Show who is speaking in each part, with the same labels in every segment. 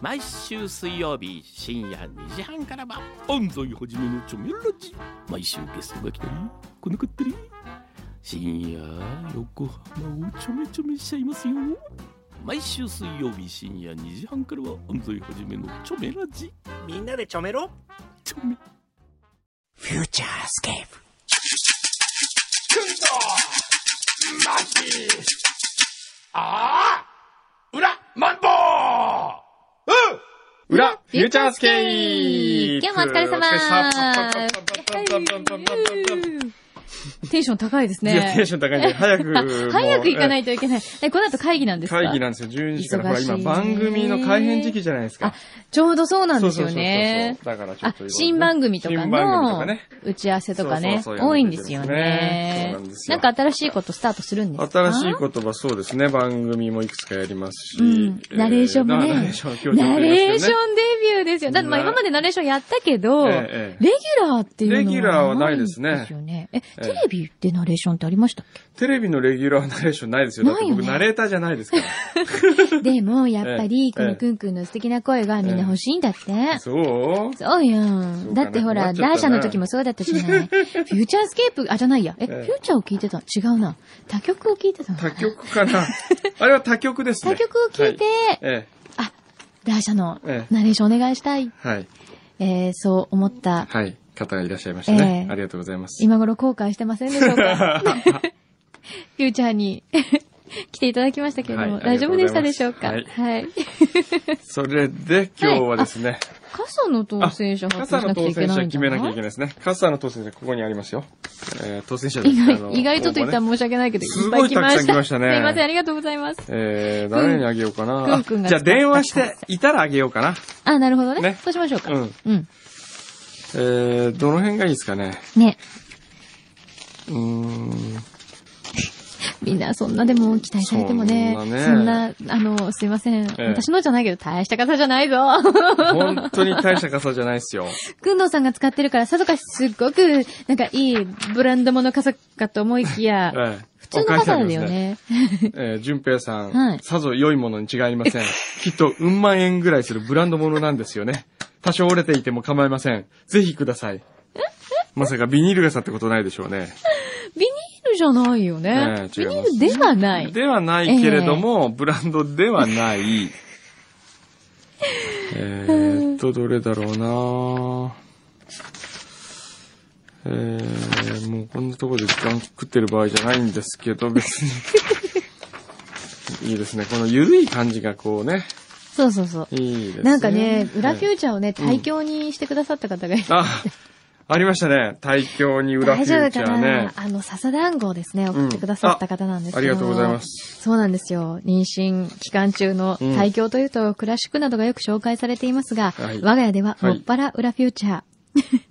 Speaker 1: 毎週水曜日深夜2時半からは安西はじめのチョメラジ毎週ゲストが来たり来なかったり深夜横浜をちょめちょめしちゃいますよ毎週水曜日深夜2時半からは安西はじめのチョメラジ
Speaker 2: みんなでちょめろ
Speaker 1: チョメ
Speaker 2: フューチャースケープ
Speaker 3: 裏、フューチャースケープ
Speaker 4: 今日もお疲れ様
Speaker 3: お疲れ様
Speaker 4: テンション高いです
Speaker 3: いや、テン
Speaker 4: ね。
Speaker 3: ション高いんで、 早く。。
Speaker 4: 早く行かないいといけない。え、この後会議なんですか
Speaker 3: 会議なんですよ、12時から。ほら、
Speaker 4: 忙しい
Speaker 3: 今、
Speaker 4: ね
Speaker 3: 番組の改編時期じゃないですか
Speaker 4: あ。ちょうどそうなん
Speaker 3: そう
Speaker 4: です
Speaker 3: そうそう
Speaker 4: よ
Speaker 3: そう
Speaker 4: ね。
Speaker 3: だからちょっ
Speaker 4: あ
Speaker 3: と、
Speaker 4: 新番組とか
Speaker 3: 新番組とか
Speaker 4: の
Speaker 3: ね
Speaker 4: 打ち合わせとかね、
Speaker 3: そうそうそう
Speaker 4: 多いんですよね
Speaker 3: そうなんです。よ
Speaker 4: なんか新しいことスタートするんですか
Speaker 3: 新しい言葉、そうですね。番組もいくつかやりますし。
Speaker 4: うん
Speaker 3: え
Speaker 4: ナレーションもね
Speaker 3: ナレーション、今日
Speaker 4: ナレーショ
Speaker 3: ン
Speaker 4: ンデビューですよ。だってまあ
Speaker 3: な
Speaker 4: 今までナレーションやったけど、
Speaker 3: ええ
Speaker 4: レ
Speaker 3: え
Speaker 4: ギュラーっていうのは。
Speaker 3: レギュラーはないですね
Speaker 4: ですよね。え、
Speaker 3: え
Speaker 4: テレビでナレーションってありましたっけ
Speaker 3: テレビのレギュラーナレーションないですよ。だって
Speaker 4: ないよ
Speaker 3: 僕、
Speaker 4: ね
Speaker 3: ナレーターじゃないですから。
Speaker 4: でも、やっぱ
Speaker 3: ええ
Speaker 4: り、このくんくんの素敵な声がみんな欲しいんだって。
Speaker 3: そう
Speaker 4: そうよ
Speaker 3: そうか。な
Speaker 4: だってほ
Speaker 3: 困
Speaker 4: ら、
Speaker 3: っちゃったな
Speaker 4: ダーシャの時もそうだった じゃない。フューチャースケープ、あ、じゃないや。え、
Speaker 3: ええ
Speaker 4: フューチャーを聞いてた違うな。他曲を聞いてたの
Speaker 3: 他曲かな あれは他曲ですね。
Speaker 4: 他曲を聞いて
Speaker 3: は、え
Speaker 4: あ、ダーシャの
Speaker 3: ええ
Speaker 4: ナレーションお願いしたい。
Speaker 3: え。はい。
Speaker 4: えー、そう思った。
Speaker 3: はい。方がいらっしゃいましたね。
Speaker 4: ええ
Speaker 3: ありがとうございます。
Speaker 4: 今頃後悔してませんでしょ うかフューチャーに 来ていただきましたけれども、
Speaker 3: はい
Speaker 4: 大丈夫でしたでしょうか
Speaker 3: ありがとう
Speaker 4: はい。
Speaker 3: それで、今日はですね、
Speaker 4: 傘の当選者発
Speaker 3: 傘
Speaker 4: 表し
Speaker 3: の当
Speaker 4: なきゃいけ
Speaker 3: 選者
Speaker 4: ないん
Speaker 3: 決
Speaker 4: じ
Speaker 3: め
Speaker 4: ゃ
Speaker 3: なきゃいけ
Speaker 4: な
Speaker 3: ない
Speaker 4: い
Speaker 3: ですね。傘の当選者、ここにありますよ。えー、当選者です
Speaker 4: 意
Speaker 3: あの
Speaker 4: 外、意外とと言ったら
Speaker 3: 応募ね
Speaker 4: 申し訳ないけど、い
Speaker 3: す
Speaker 4: っぱ
Speaker 3: ご
Speaker 4: い
Speaker 3: い
Speaker 4: 来
Speaker 3: た
Speaker 4: ま
Speaker 3: くさ
Speaker 4: し
Speaker 3: ん来
Speaker 4: た。
Speaker 3: ますした
Speaker 4: い
Speaker 3: ね。
Speaker 4: ません、ありがとうございます。
Speaker 3: えー、誰にあげようかな。
Speaker 4: くんくんが
Speaker 3: あじゃあ電話して、いたらあげようかな。
Speaker 4: あ、なるほどね。
Speaker 3: ね
Speaker 4: そうしましょうか。
Speaker 3: うん
Speaker 4: うん。
Speaker 3: えー、どの辺がいいですかね。
Speaker 4: ね。
Speaker 3: うーん。
Speaker 4: みんな、そんなでも期待されてもね。
Speaker 3: そ
Speaker 4: そ
Speaker 3: ん
Speaker 4: ん
Speaker 3: な
Speaker 4: な,、
Speaker 3: ね
Speaker 4: あの、すいません、
Speaker 3: え
Speaker 4: 私のじゃないけど、大した方じゃな いぞ。
Speaker 3: 本当に大した傘じゃないですよ。
Speaker 4: くんどうさんが使ってるから、さぞかしすっごく、なんかいいブランドもの傘かと思いき や、
Speaker 3: ええ
Speaker 4: 普通の傘だよ。ね。
Speaker 3: えー、淳平さん、
Speaker 4: はい
Speaker 3: さぞ良いものに違いありま せん。きっと、うん万円ぐらいするブランドものなんですよね。多少折れていても構いません。ぜひください。まさかビニール傘ってことないでしょうね。
Speaker 4: ビニールじゃないよね。
Speaker 3: ええ違い
Speaker 4: ビニ
Speaker 3: ま
Speaker 4: ー
Speaker 3: す
Speaker 4: ルではない。
Speaker 3: ではないけれども、ブランドでは ない。えーっと、どれだろうなえー、もうこんなとこで時間食ってる場合じゃないんですけど、別 に。いいですね。この緩い感じがこうね。
Speaker 4: そうそうそう。
Speaker 3: いいですね。
Speaker 4: なんかね、裏フ
Speaker 3: ー
Speaker 4: ューチャーをね、対響にしてくださった方がいる。
Speaker 3: あ、ありましたね。大京に裏フュ
Speaker 4: 大丈
Speaker 3: ー
Speaker 4: 夫
Speaker 3: チ
Speaker 4: か
Speaker 3: ャーね
Speaker 4: な。あの、笹団子をですね、送ってくださった方なんですけど、
Speaker 3: うんあありがとうございます。
Speaker 4: そうなんですよ。妊娠期間中の
Speaker 3: うん
Speaker 4: 胎教というと、クラシックなどがよく紹介されていますが、
Speaker 3: はい
Speaker 4: 我が家では、
Speaker 3: はい
Speaker 4: もっぱら裏フューチャー。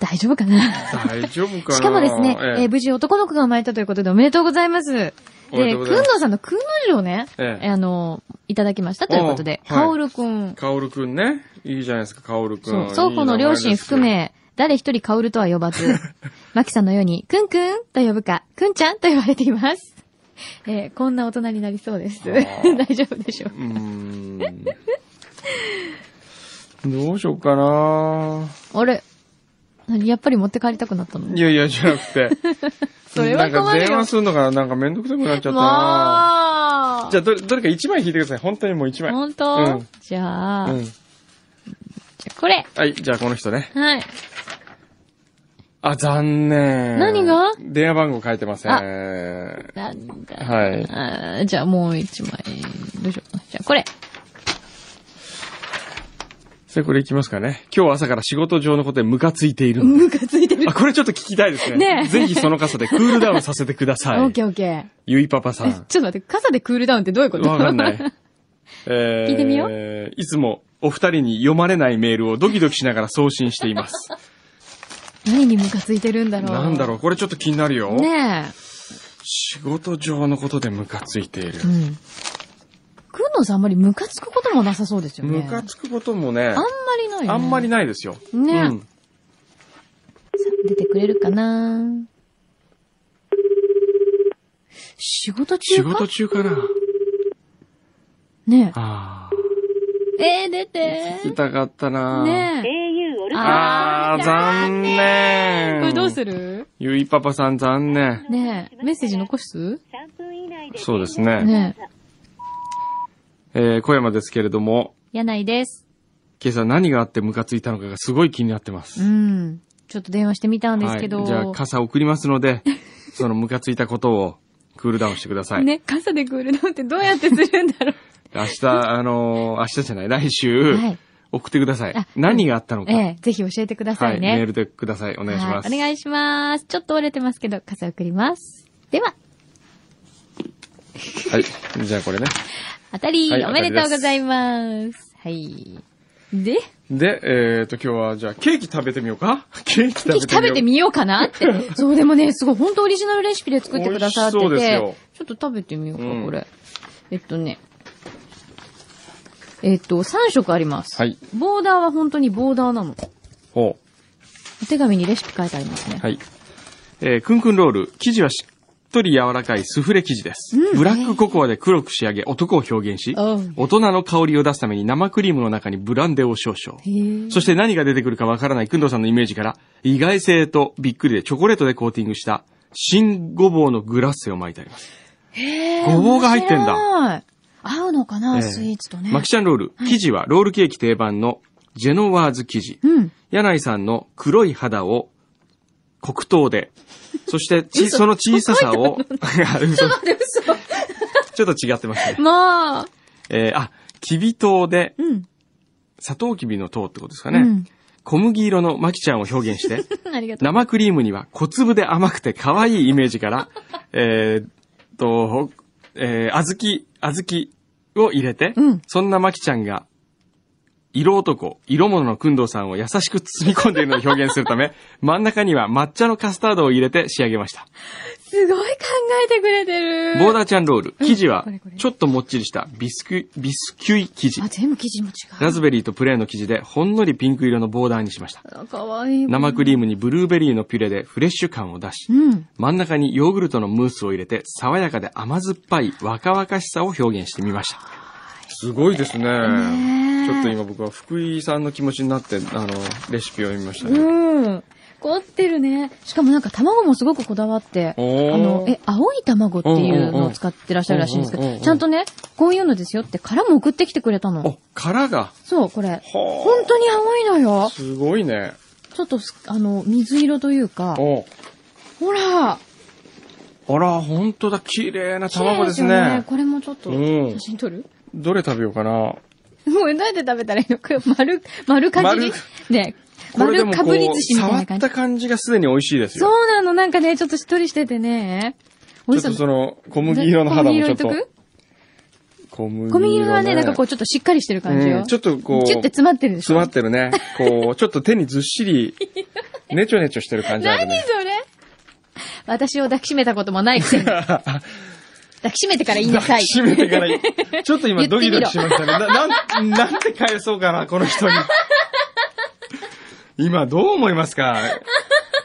Speaker 4: 大丈夫かな
Speaker 3: 大丈夫かな
Speaker 4: しかもですね、え
Speaker 3: え
Speaker 4: ー無事男の子が生まれたということでおめでとうございます。で、
Speaker 3: お
Speaker 4: く
Speaker 3: めで
Speaker 4: ん
Speaker 3: とう
Speaker 4: の
Speaker 3: ございます
Speaker 4: さんのくんの字をね、
Speaker 3: ええ
Speaker 4: あの、いただきましたということで、
Speaker 3: おはい
Speaker 4: かおるくん。
Speaker 3: カオルくんね。いいじゃないですか、カオルく
Speaker 4: そ
Speaker 3: ん。
Speaker 4: う、双方の両親含
Speaker 3: いい
Speaker 4: め、誰一人薫とは呼 ばず、マキさんのように、くんくんと呼ぶか、くんちゃんと言われています。えーこんな大人になりそうです。
Speaker 3: あ
Speaker 4: 大
Speaker 3: ー
Speaker 4: 丈夫でしょうか。
Speaker 3: 名前ですね。うーん。どうしようかな
Speaker 4: あれ何やっぱり持って帰りたくなったの
Speaker 3: いやいや、じゃなくて。
Speaker 4: それ
Speaker 3: な
Speaker 4: は
Speaker 3: んか
Speaker 4: 困るよ
Speaker 3: 電話するのがなんかめんどくさくなっちゃったな
Speaker 4: もう
Speaker 3: じゃあ、どれ、どれか1枚引いてください。本当にもう1枚。
Speaker 4: 本当、
Speaker 3: うん
Speaker 4: じゃあ、
Speaker 3: う
Speaker 4: じ
Speaker 3: ん。
Speaker 4: ゃあこれ
Speaker 3: はい、じゃあこの人ね。
Speaker 4: はい。
Speaker 3: あ、残念。
Speaker 4: 何が
Speaker 3: 電話番号書いてません。は
Speaker 4: なんだ、
Speaker 3: い。
Speaker 4: あーじゃあもう一枚、どうしようかな。じゃあこれ
Speaker 3: それこれいきますかね。今日は朝から仕事上のことでムカついているので
Speaker 4: ムカついてる。
Speaker 3: あ、これちょっと聞きたいですね。
Speaker 4: ねえ
Speaker 3: ぜひその傘でクールダウンさせてくださ
Speaker 4: オッ
Speaker 3: い
Speaker 4: ケ。ーオッケー。
Speaker 3: ゆいパパさ
Speaker 4: え、
Speaker 3: ん。
Speaker 4: ちょっと待って、傘でクールダウンってどういうこと
Speaker 3: わかんない。え
Speaker 4: 聞いてみよ
Speaker 3: う。いつもお二人に読まれないメールをドキドキしながら送信しています。
Speaker 4: 何にムカついてるんだろう。
Speaker 3: なんだろう、これちょっと気になるよ。
Speaker 4: ね
Speaker 3: 仕事上のことでムカついている
Speaker 4: え。う。ん。くんのさんあんまりムカつくこともなさそうですよね。
Speaker 3: ムカつくこともね
Speaker 4: あん、まりないよね。
Speaker 3: あんまり
Speaker 4: な
Speaker 3: ないですよ。
Speaker 4: ねえ
Speaker 3: うん
Speaker 4: 出てくれるかな仕事中
Speaker 3: 仕
Speaker 4: か
Speaker 3: 事中かな
Speaker 4: ねえ。
Speaker 3: あ
Speaker 4: えー、出て
Speaker 3: 聞きたかったな
Speaker 4: ねえ。
Speaker 5: au オル
Speaker 3: あー、残念。
Speaker 4: これどうする
Speaker 3: ゆいパパさん残念。
Speaker 4: ねえ。メッセージ残す
Speaker 5: 3分以内で
Speaker 3: そうですね
Speaker 4: ね
Speaker 3: えー、小山ですけれども、
Speaker 4: 柳井です。
Speaker 3: 今朝何があってムカついたのかがすごい気になってます。
Speaker 4: うん。ちょっと電話してみたんですけど。
Speaker 3: はい。じゃあ、傘送りますの で、そのムカついたことをクールダウンしてください。
Speaker 4: ね、傘でクールダウンってどうやってするんだろ
Speaker 3: 明日、あのー明日じゃない、来週、
Speaker 4: う。はい。
Speaker 3: 送ってください
Speaker 4: あ。
Speaker 3: 何があったのか、
Speaker 4: ええ、ぜひ教えてくださ
Speaker 3: はいい、
Speaker 4: ね。
Speaker 3: メールでください。お願いします。
Speaker 4: はいお願いします。ちょっと折れてますけど、傘送ります。では、
Speaker 3: はい。じゃあこれね。
Speaker 4: 当たり、
Speaker 3: はい
Speaker 4: おめでとうございます。はい。で、
Speaker 3: で、えっ、と、今日は、じゃあ、ケーキ食べてみようか ケーキ食べてみよう。
Speaker 4: 食べてみようかな って。そう、でもね、すごい、本当オリジナルレシピで作ってくださって
Speaker 3: 美味しそうです
Speaker 4: て
Speaker 3: よ、
Speaker 4: ちょっと食べてみようか、
Speaker 3: うん
Speaker 4: これ。えっとね。えっと、3色あります。
Speaker 3: はい。
Speaker 4: ボーダーは本当にボーダーなの。
Speaker 3: ほ
Speaker 4: お手紙にレシピ書いてありますね
Speaker 3: う。。はい。えー、クンクンロール。生地はしっとり柔らかいスフレ生地です。ブラックココアで黒く仕上げ、男を表現し、
Speaker 4: おう
Speaker 3: 大人の香りを出すために生クリームの中にブランデーを少々。
Speaker 4: へー
Speaker 3: そして何が出てくるかわからないくんどうさんのイメージから、意外性とびっくりでチョコレートでコーティングした、新ごぼうのグラッセを巻いてあります。ごぼうが入ってんだ
Speaker 4: 面白い合うのかな、
Speaker 3: ええ
Speaker 4: スイーツとね。
Speaker 3: マキちゃんロール。生地はロールケーキ定番のジェノワーズ生地。
Speaker 4: うん。
Speaker 3: 柳井さんの黒い肌を黒糖で、そしてち、その小ささを、ち ょっと
Speaker 4: で、嘘。
Speaker 3: ちょっと違ってますね。
Speaker 4: まあ。
Speaker 3: えーあ、きび糖で、
Speaker 4: うん。
Speaker 3: 砂糖きびの糖ってことですかね。
Speaker 4: うん。
Speaker 3: 小麦色のマキちゃんを表現して、
Speaker 4: ありがとう。
Speaker 3: 生クリームには小粒で甘くて可愛いイメージから、 えーっと、えー、小豆、小豆を入れて、
Speaker 4: うん
Speaker 3: そんなまきちゃんが、色男、色物のくんどうさんを優しく包み込んでいるのを表現するた め、真ん中には抹茶のカスタードを入れて仕上げました。
Speaker 4: すごい考えてくれてる。
Speaker 3: ボーダーちゃんロール、生地は
Speaker 4: これこれ
Speaker 3: ちょっともっちりしたビスキュ、ビスキュイ生地
Speaker 4: あ、。全部生地も違
Speaker 3: ラズベリーとプレーンの生地でほんのりピンク色のボーダーにしました。
Speaker 4: う。かわいい。
Speaker 3: 生クリームにブルーベリーのピュレでフレッシュ感を出し、
Speaker 4: うん。
Speaker 3: 真ん中にヨーグルトのムースを入れて、爽やかで甘酸っぱい若々しさを表現してみました。すごいですね。
Speaker 4: ねえ
Speaker 3: ちょっと今僕は福井さんの気持ちになって、あの、レシピを見ましたね。
Speaker 4: うん。凝ってるね。しかもなんか卵もすごくこだわって、あ
Speaker 3: おー
Speaker 4: の、え、青い卵っていうのを使ってらっしゃるらしいんですけ
Speaker 3: うんうんうん
Speaker 4: ど、ちゃんとね、こういうのですよって殻も送ってきてくれたの。
Speaker 3: お、殻が。
Speaker 4: そう、これ。
Speaker 3: ほ
Speaker 4: 本当に青いのよ。
Speaker 3: すごいね。
Speaker 4: ちょっとす、あの、水色というか、
Speaker 3: お
Speaker 4: ほら、
Speaker 3: あら、ほんとだ。綺麗な
Speaker 4: 綺麗
Speaker 3: 卵ですね。
Speaker 4: よこれもちょっと、
Speaker 3: うん
Speaker 4: 写真撮る
Speaker 3: どれ食べようかな。
Speaker 4: もう、どうやって食べたらいいの これ丸、丸かじりね、
Speaker 3: これで
Speaker 4: 丸
Speaker 3: も
Speaker 4: か
Speaker 3: こ
Speaker 4: ぶり寿司
Speaker 3: う、
Speaker 4: みたい
Speaker 3: 触
Speaker 4: な
Speaker 3: っ
Speaker 4: 感
Speaker 3: た
Speaker 4: じ。
Speaker 3: 感じがすでに美味しいです
Speaker 4: そ
Speaker 3: よ。
Speaker 4: うなの、なんかね、ちょっとしっとりしててね。
Speaker 3: ち
Speaker 4: 美
Speaker 3: ょ
Speaker 4: 味
Speaker 3: っ
Speaker 4: しそ
Speaker 3: と
Speaker 4: う。
Speaker 3: その、小麦色の肌もちょっと
Speaker 4: 小。麦色いく
Speaker 3: 小麦
Speaker 4: 小麦色はね、なんかこう、ちょっとしっかりしてる感じ
Speaker 3: う
Speaker 4: よ。
Speaker 3: んちょっとこう
Speaker 4: キュッて詰まってるでしょ。
Speaker 3: 詰まってるね。 こう、ちょっと手にずっしり、ねちょねちょしてる感じある
Speaker 4: 何
Speaker 3: ね。
Speaker 4: それ私を抱きしめたこともない くせに。抱きしめてから言いなさい。
Speaker 3: 閉めてからい、ちょっと今
Speaker 4: 言
Speaker 3: ド
Speaker 4: って
Speaker 3: キ
Speaker 4: みろ
Speaker 3: ドキしましたね。な、なん、なんて返そうかな、この 人に。今どう思いますか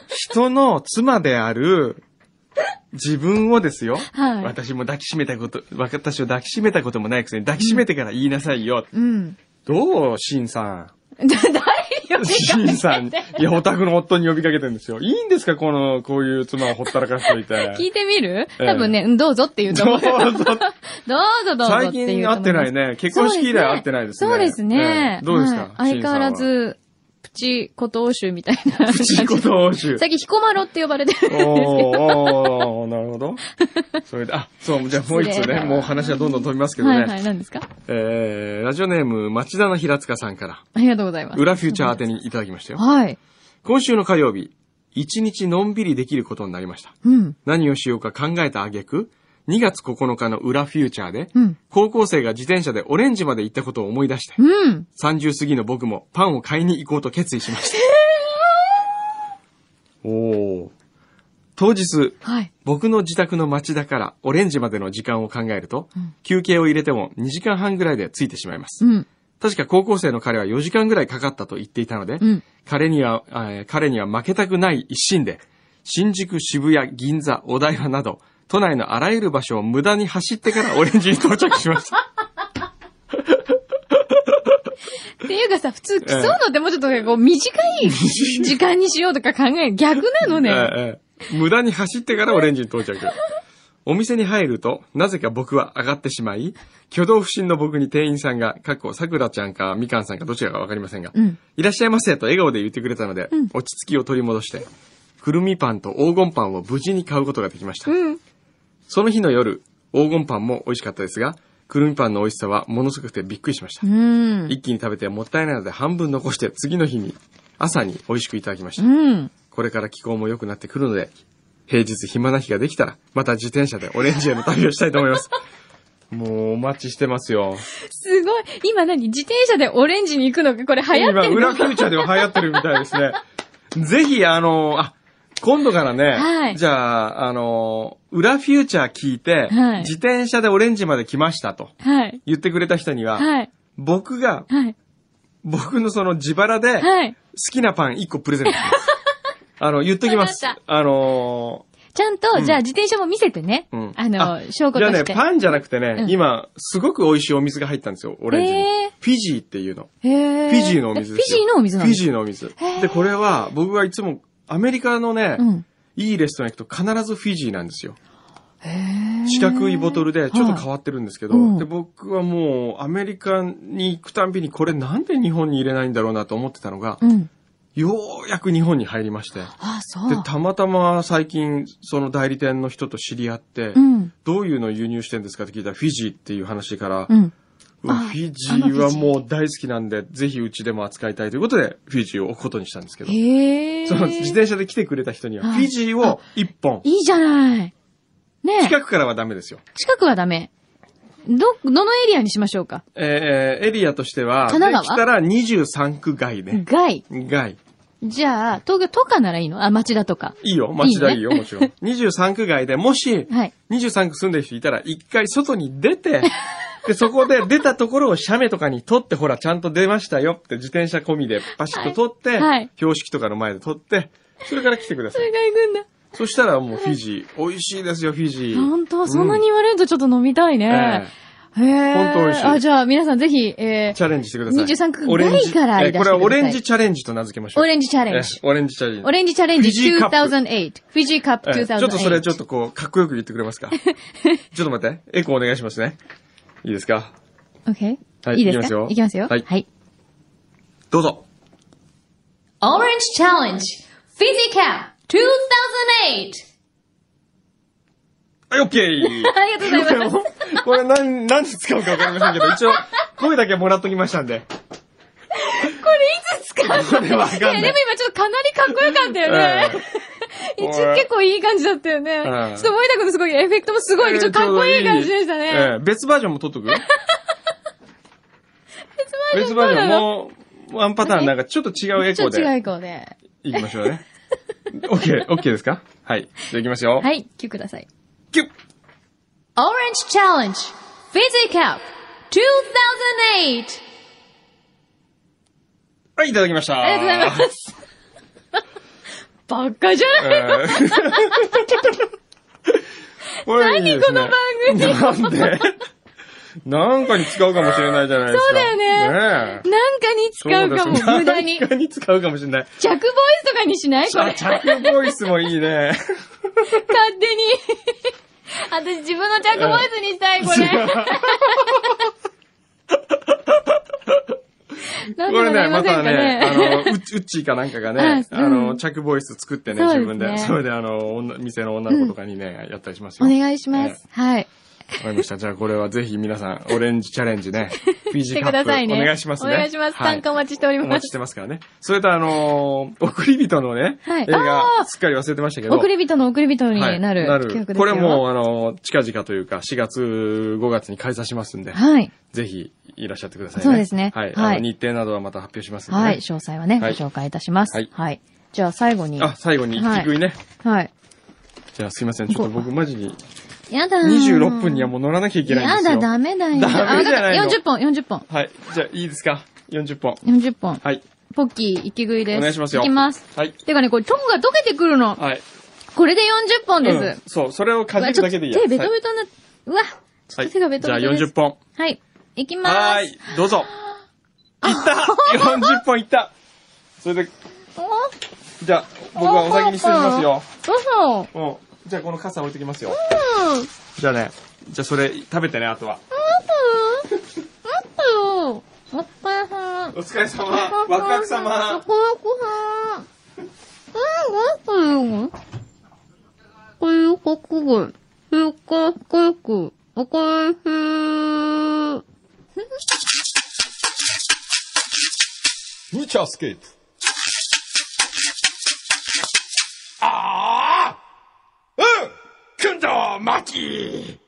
Speaker 3: 人の妻である、自分をですよ、
Speaker 4: はい
Speaker 3: 私も抱きしめたこと、私を抱きしめたこともないくせに抱きしめてから言いなさいよ。
Speaker 4: うん。
Speaker 3: どうシンさん。
Speaker 4: 誰よ
Speaker 3: シ ンさん。いや、オタクの夫に呼びかけてるんですよ。いいんですかこの、こういう妻をほったらかしといて。
Speaker 4: 聞いてみる
Speaker 3: ええ
Speaker 4: 多分ね、うんどうぞって言うと
Speaker 3: ど
Speaker 4: 思
Speaker 3: う
Speaker 4: う。どうぞ
Speaker 3: ぞ。
Speaker 4: どうぞっ
Speaker 3: 最
Speaker 4: て言う
Speaker 3: 近
Speaker 4: と思。
Speaker 3: 会ってないいね。結婚式以来会ってないですね。
Speaker 4: そうですね
Speaker 3: え。えどうです
Speaker 4: はい
Speaker 3: か
Speaker 4: 相変わら。ず、プチ古島州みたい な。
Speaker 3: プチコトーシュ。
Speaker 4: 最近、彦摩呂って呼ばれてる
Speaker 3: お
Speaker 4: んですけど。
Speaker 3: ーおーなるほど。それで、あ、そう、じゃあもう一つ
Speaker 4: 失礼
Speaker 3: ね、
Speaker 4: な
Speaker 3: もう話はどんどん飛びますけど
Speaker 4: はい
Speaker 3: ね。
Speaker 4: はい、何ですか
Speaker 3: えー、ラジオネーム、町田の平塚さんから、
Speaker 4: ありがとうございます。
Speaker 3: 裏フューチャー宛てにいただきましたよ。
Speaker 4: はい。
Speaker 3: 今週の火曜日、一日のんびりできることになりました。
Speaker 4: うん。
Speaker 3: 何をしようか考えた挙句、2月9日の裏フューチャーで、
Speaker 4: うん。
Speaker 3: 高校生が自転車でオレンジまで行ったことを思い出して、
Speaker 4: うん。
Speaker 3: 30過ぎの僕もパンを買いに行こうと決意しました。おお。当日、
Speaker 4: はい。
Speaker 3: 僕の自宅の町田からオレンジまでの時間を考えると、
Speaker 4: うん
Speaker 3: 休憩を入れても2時間半ぐらいで着いてしまいます。
Speaker 4: うん。
Speaker 3: 確か高校生の彼は4時間ぐらいかかったと言っていたので、
Speaker 4: うん。
Speaker 3: 彼には、えー彼には負けたくない一心で、新宿、渋谷、銀座、お台場など、都内のあらゆる場所を無駄に走ってからオレンジに到着しました。
Speaker 4: いうかさ、普通競うのってもうちょっとこう短 い時間にしようとか考え、逆なのね。
Speaker 3: ええええ無駄に走ってからオレンジに到着。お店に入ると、なぜか僕は上がってしまい、挙動不審の僕に店員さんが、かっこ桜ちゃんかみかんさんかどちらかわかりませんが、
Speaker 4: うん。
Speaker 3: いらっしゃいませと笑顔で言ってくれたので、
Speaker 4: うん
Speaker 3: 落ち着きを取り戻して、くるみパンと黄金パンを無事に買うことができました。
Speaker 4: うん。
Speaker 3: その日の夜、黄金パンも美味しかったですが、くるみパンの美味しさはものすごくてびっくりしました。
Speaker 4: うん。
Speaker 3: 一気に食べてもったいないので半分残して次の日に、朝に美味しくいただきました。
Speaker 4: うん。
Speaker 3: これから気候も良くなってくるので、平日暇な日ができたら、また自転車でオレンジへの旅をしたいと思います。 もうお待ちしてますよ。
Speaker 4: すごい。今何自転車でオレンジに行くのかこれ流行って
Speaker 3: 今、
Speaker 4: る
Speaker 3: 裏
Speaker 4: の
Speaker 3: フューチャーでは流行ってるみたいですね。ぜひ、あの、あ、今度からね、
Speaker 4: はい
Speaker 3: じゃあ、あの、裏フューチャー聞いて、
Speaker 4: はい
Speaker 3: 自転車でオレンジまで来ましたと
Speaker 4: はい。
Speaker 3: 言ってくれた人には、
Speaker 4: はい。
Speaker 3: 僕が、
Speaker 4: はい。
Speaker 3: 僕のその自腹で、好
Speaker 4: はい。
Speaker 3: きなパン1個プレゼントします。 あの、言っときます
Speaker 4: わかっ。
Speaker 3: あの
Speaker 4: ちゃんと、じゃあ自転車も見せてね。
Speaker 3: うん
Speaker 4: あの
Speaker 3: あ、
Speaker 4: 証拠
Speaker 3: じゃあ
Speaker 4: と
Speaker 3: ね、
Speaker 4: して。
Speaker 3: パンじゃなくてね、
Speaker 4: うん
Speaker 3: 今、すごく美味しいお水が入ったんですよ、オレンジに。
Speaker 4: へー
Speaker 3: フィジーっていうの。
Speaker 4: へー
Speaker 3: フィジーのお水
Speaker 4: え
Speaker 3: で
Speaker 4: フィ
Speaker 3: す
Speaker 4: ジ
Speaker 3: よ
Speaker 4: ーのお水な
Speaker 3: フ
Speaker 4: の
Speaker 3: ィジーのお水
Speaker 4: へー。
Speaker 3: で、これは、僕はいつも、アメリカのね、
Speaker 4: うん。
Speaker 3: いいレストラン行くと必ずフィジーなんですよ。
Speaker 4: へー
Speaker 3: 四角いボトルで、ちょっと変わってるんですけど、
Speaker 4: はいうん
Speaker 3: で、僕はもう、アメリカに行くたんびに、これなんで日本に入れないんだろうなと思ってたのが、
Speaker 4: うん。
Speaker 3: ようやく日本に入りまして、
Speaker 4: あ、そう
Speaker 3: で、。たまたま最近、その代理店の人と知り合って、
Speaker 4: うん。
Speaker 3: どういうのを輸入してんですかって聞いたら、フィジーっていう話から
Speaker 4: う、ん。
Speaker 3: うわ
Speaker 4: あ
Speaker 3: フィジーはもう大好きなんで、ぜひうちでも扱いたいということで、フィジーを置くことにしたんですけど、
Speaker 4: へえ。
Speaker 3: その自転車で来てくれた人には、
Speaker 4: は
Speaker 3: フ
Speaker 4: い
Speaker 3: ィジーを1本、
Speaker 4: いいじゃない。ねえ。
Speaker 3: 近くからはダメですよ。
Speaker 4: 近くはダメ。ど、どのエリアにしましょうか
Speaker 3: えー、えーエリアとしては、
Speaker 4: 神奈
Speaker 3: できたら23区外ね。
Speaker 4: 外。
Speaker 3: 外。
Speaker 4: じゃあ、東京都下ならいいのあ、町田とか。
Speaker 3: いいよ、町田
Speaker 4: いい
Speaker 3: い
Speaker 4: ね
Speaker 3: いよ、もちろ ん。23区外で、もし、
Speaker 4: はい。
Speaker 3: 23区住んでる人いたら、一回外に出 て、で、そこで出たところを写メとかに撮って、ほら、ちゃんと出ましたよって、自転車込みでパシッと撮って、
Speaker 4: はいはい
Speaker 3: 標識とかの前で撮って、それから来てくだ
Speaker 4: そ
Speaker 3: さい。
Speaker 4: れが行くんだ。
Speaker 3: そしたらもうフィジー、美味しいですよ、フィジー。
Speaker 4: 本当そんな
Speaker 3: う
Speaker 4: に言われるとちょっと飲みたいね。へえ。
Speaker 3: 本当美味しい
Speaker 4: あ、じゃあ皆さんぜひ、え
Speaker 3: チャレンジしてください。
Speaker 4: 23区
Speaker 3: オレンジ
Speaker 4: 外からいら
Speaker 3: え
Speaker 4: してください
Speaker 3: これはオレンジチャレンジと名付けまし
Speaker 4: ー、
Speaker 3: ょう。
Speaker 4: オレンジチャレンジ
Speaker 3: え。オレンジチャレンジ。
Speaker 4: オレンジチャレンジ
Speaker 3: フィジーカップ
Speaker 4: 2008。フィジーカップ
Speaker 3: え
Speaker 4: 2008。
Speaker 3: ちょっとそれちょっとこう、かっこよく言ってくれますかちょっと待って。エコーお願いしますね。いいですか
Speaker 4: OK?
Speaker 3: はい
Speaker 4: いいで
Speaker 3: いきますす
Speaker 4: か
Speaker 3: よ
Speaker 4: いきますよ。
Speaker 3: はい
Speaker 4: はい。
Speaker 3: どうぞ。
Speaker 4: オレンジチャレンジフィジーカップ 2008!
Speaker 3: はい、オッケー
Speaker 4: ありがとうございます。
Speaker 3: これ何、何に使うかわかりませんけど、一応、声だけもらっときましたんで。
Speaker 4: これいつ使うの
Speaker 3: これわかんない
Speaker 4: やでも今ちょっとかなりかっこよかったよね。一
Speaker 3: ええ
Speaker 4: 応結構いい感じだったよね。ちょ
Speaker 3: ええ
Speaker 4: っと森田君のすごいエフェクトもすごい、ちょっとかっこいい感じでした
Speaker 3: え
Speaker 4: ね。
Speaker 3: え別バージョンも撮っとく別
Speaker 4: バ
Speaker 3: バ
Speaker 4: ー
Speaker 3: ー
Speaker 4: ジ
Speaker 3: ジョン
Speaker 4: ョンどうな
Speaker 3: も、ワンパターンなんかちょっと違うエ
Speaker 4: ち
Speaker 3: コー
Speaker 4: ょっと違
Speaker 3: で
Speaker 4: うこうで。
Speaker 3: いきましょうね。オッケー、オッケーですかはい。じゃあいきますよ。
Speaker 4: はい、キューください。
Speaker 3: キュッ
Speaker 4: オレンジチャレンジ、フィジカップ 2008!
Speaker 3: はい、いただきました。
Speaker 4: ありがとうございます。バっかじゃない、
Speaker 3: えー これいいですね
Speaker 4: 何この番組
Speaker 3: なんでなんかに使うかもしれないじゃないですか。
Speaker 4: そうだよね
Speaker 3: ねえ。
Speaker 4: なんかに使うか
Speaker 3: そです
Speaker 4: も、無駄 に。
Speaker 3: 何
Speaker 4: 着
Speaker 3: かに使うかもしれ ない。
Speaker 4: ボイスとかにしないこ
Speaker 3: あ、
Speaker 4: れ。
Speaker 3: チャックボイスもいいね。
Speaker 4: 勝手に。 私自分の着ボイスにしたい、これ。な ん
Speaker 3: これね、ま
Speaker 4: ませ
Speaker 3: た
Speaker 4: んか
Speaker 3: ね、あ
Speaker 4: ね。
Speaker 3: の、うっうっちーかなんかが
Speaker 4: あうん
Speaker 3: ね、あの、着ボイス作ってね、
Speaker 4: そうです
Speaker 3: 自
Speaker 4: ね
Speaker 3: 分で。 それで、あの、女店の女の子とかにね、やったりします
Speaker 4: お
Speaker 3: よ。
Speaker 4: 願いします。はい。
Speaker 3: わかりました。じゃあ、これはぜひ皆さん、オレンジチャレンジ ね、フィ
Speaker 4: し
Speaker 3: ジ
Speaker 4: て
Speaker 3: カ
Speaker 4: く
Speaker 3: ッ
Speaker 4: だ
Speaker 3: プ
Speaker 4: さいね。
Speaker 3: お願いしますね。
Speaker 4: お願いします。
Speaker 3: は
Speaker 4: 参加お待ちしており
Speaker 3: お
Speaker 4: ま
Speaker 3: 待ちし
Speaker 4: す。
Speaker 3: てますからね。それとあのー送り人のね、
Speaker 4: はい
Speaker 3: 映画
Speaker 4: あー、
Speaker 3: すっかり忘れてましたけど。
Speaker 4: 送り人の送り人に
Speaker 3: はい
Speaker 4: なる
Speaker 3: な
Speaker 4: 企画です
Speaker 3: る。
Speaker 4: よ。
Speaker 3: これもう、あのー近々というか、4月、5月に開催しますんで、
Speaker 4: はい。
Speaker 3: ぜひ、いらっしゃってくださいね。
Speaker 4: そうですね
Speaker 3: はい。
Speaker 4: はい
Speaker 3: あの日程などはまた発表しますんで、ね。
Speaker 4: はい。詳細はね、ご
Speaker 3: はい
Speaker 4: 紹介いたします
Speaker 3: はい。
Speaker 4: はい。じゃあ最後に。
Speaker 3: あ、最後に、
Speaker 4: はい
Speaker 3: 聞き食いね。
Speaker 4: はい。
Speaker 3: じゃあ、すいません。ちょっと僕、マジに、
Speaker 4: やだー
Speaker 3: 26分にはもう乗らなきゃいけないんですよ。
Speaker 4: やだ、ダメだよ。
Speaker 3: ダメじゃないの
Speaker 4: あわかった40本、40本。
Speaker 3: はい。じゃあ、いいですか ?40 本。
Speaker 4: 40本。
Speaker 3: はい。
Speaker 4: ポッキー、息食いです。
Speaker 3: お願いしますよ。
Speaker 4: いきます。。
Speaker 3: はい。
Speaker 4: てかね、これ、トムが溶けてくるの。
Speaker 3: はい。
Speaker 4: これで40本です。
Speaker 3: うんそう、それをかじるだけでいいや。
Speaker 4: うわちょ
Speaker 3: はい
Speaker 4: っと手ベトベトにな、うわ、ちょっと手がベトベトです。
Speaker 3: はい、じゃあ40本。
Speaker 4: はい。いきま
Speaker 3: はー
Speaker 4: ーす。
Speaker 3: い、どうぞ。 った !40 本いったそれで、
Speaker 4: お
Speaker 3: じゃあ、僕はお先に失礼しますよ。
Speaker 4: 嘘
Speaker 3: うん。じゃあ、この傘置いときますよ。
Speaker 4: うん。うん。
Speaker 3: じゃあね、じゃあそれ食べてね、あとは。
Speaker 4: うん。おっぱいさん。
Speaker 3: お疲れ 様。ワクワク様。
Speaker 4: この子さん。うん、なんていうのこういう国語。すっごいかっこよく。おかえしー。
Speaker 5: フューチャースケープ。
Speaker 3: Ah! Eh!
Speaker 5: ああうんくんどまき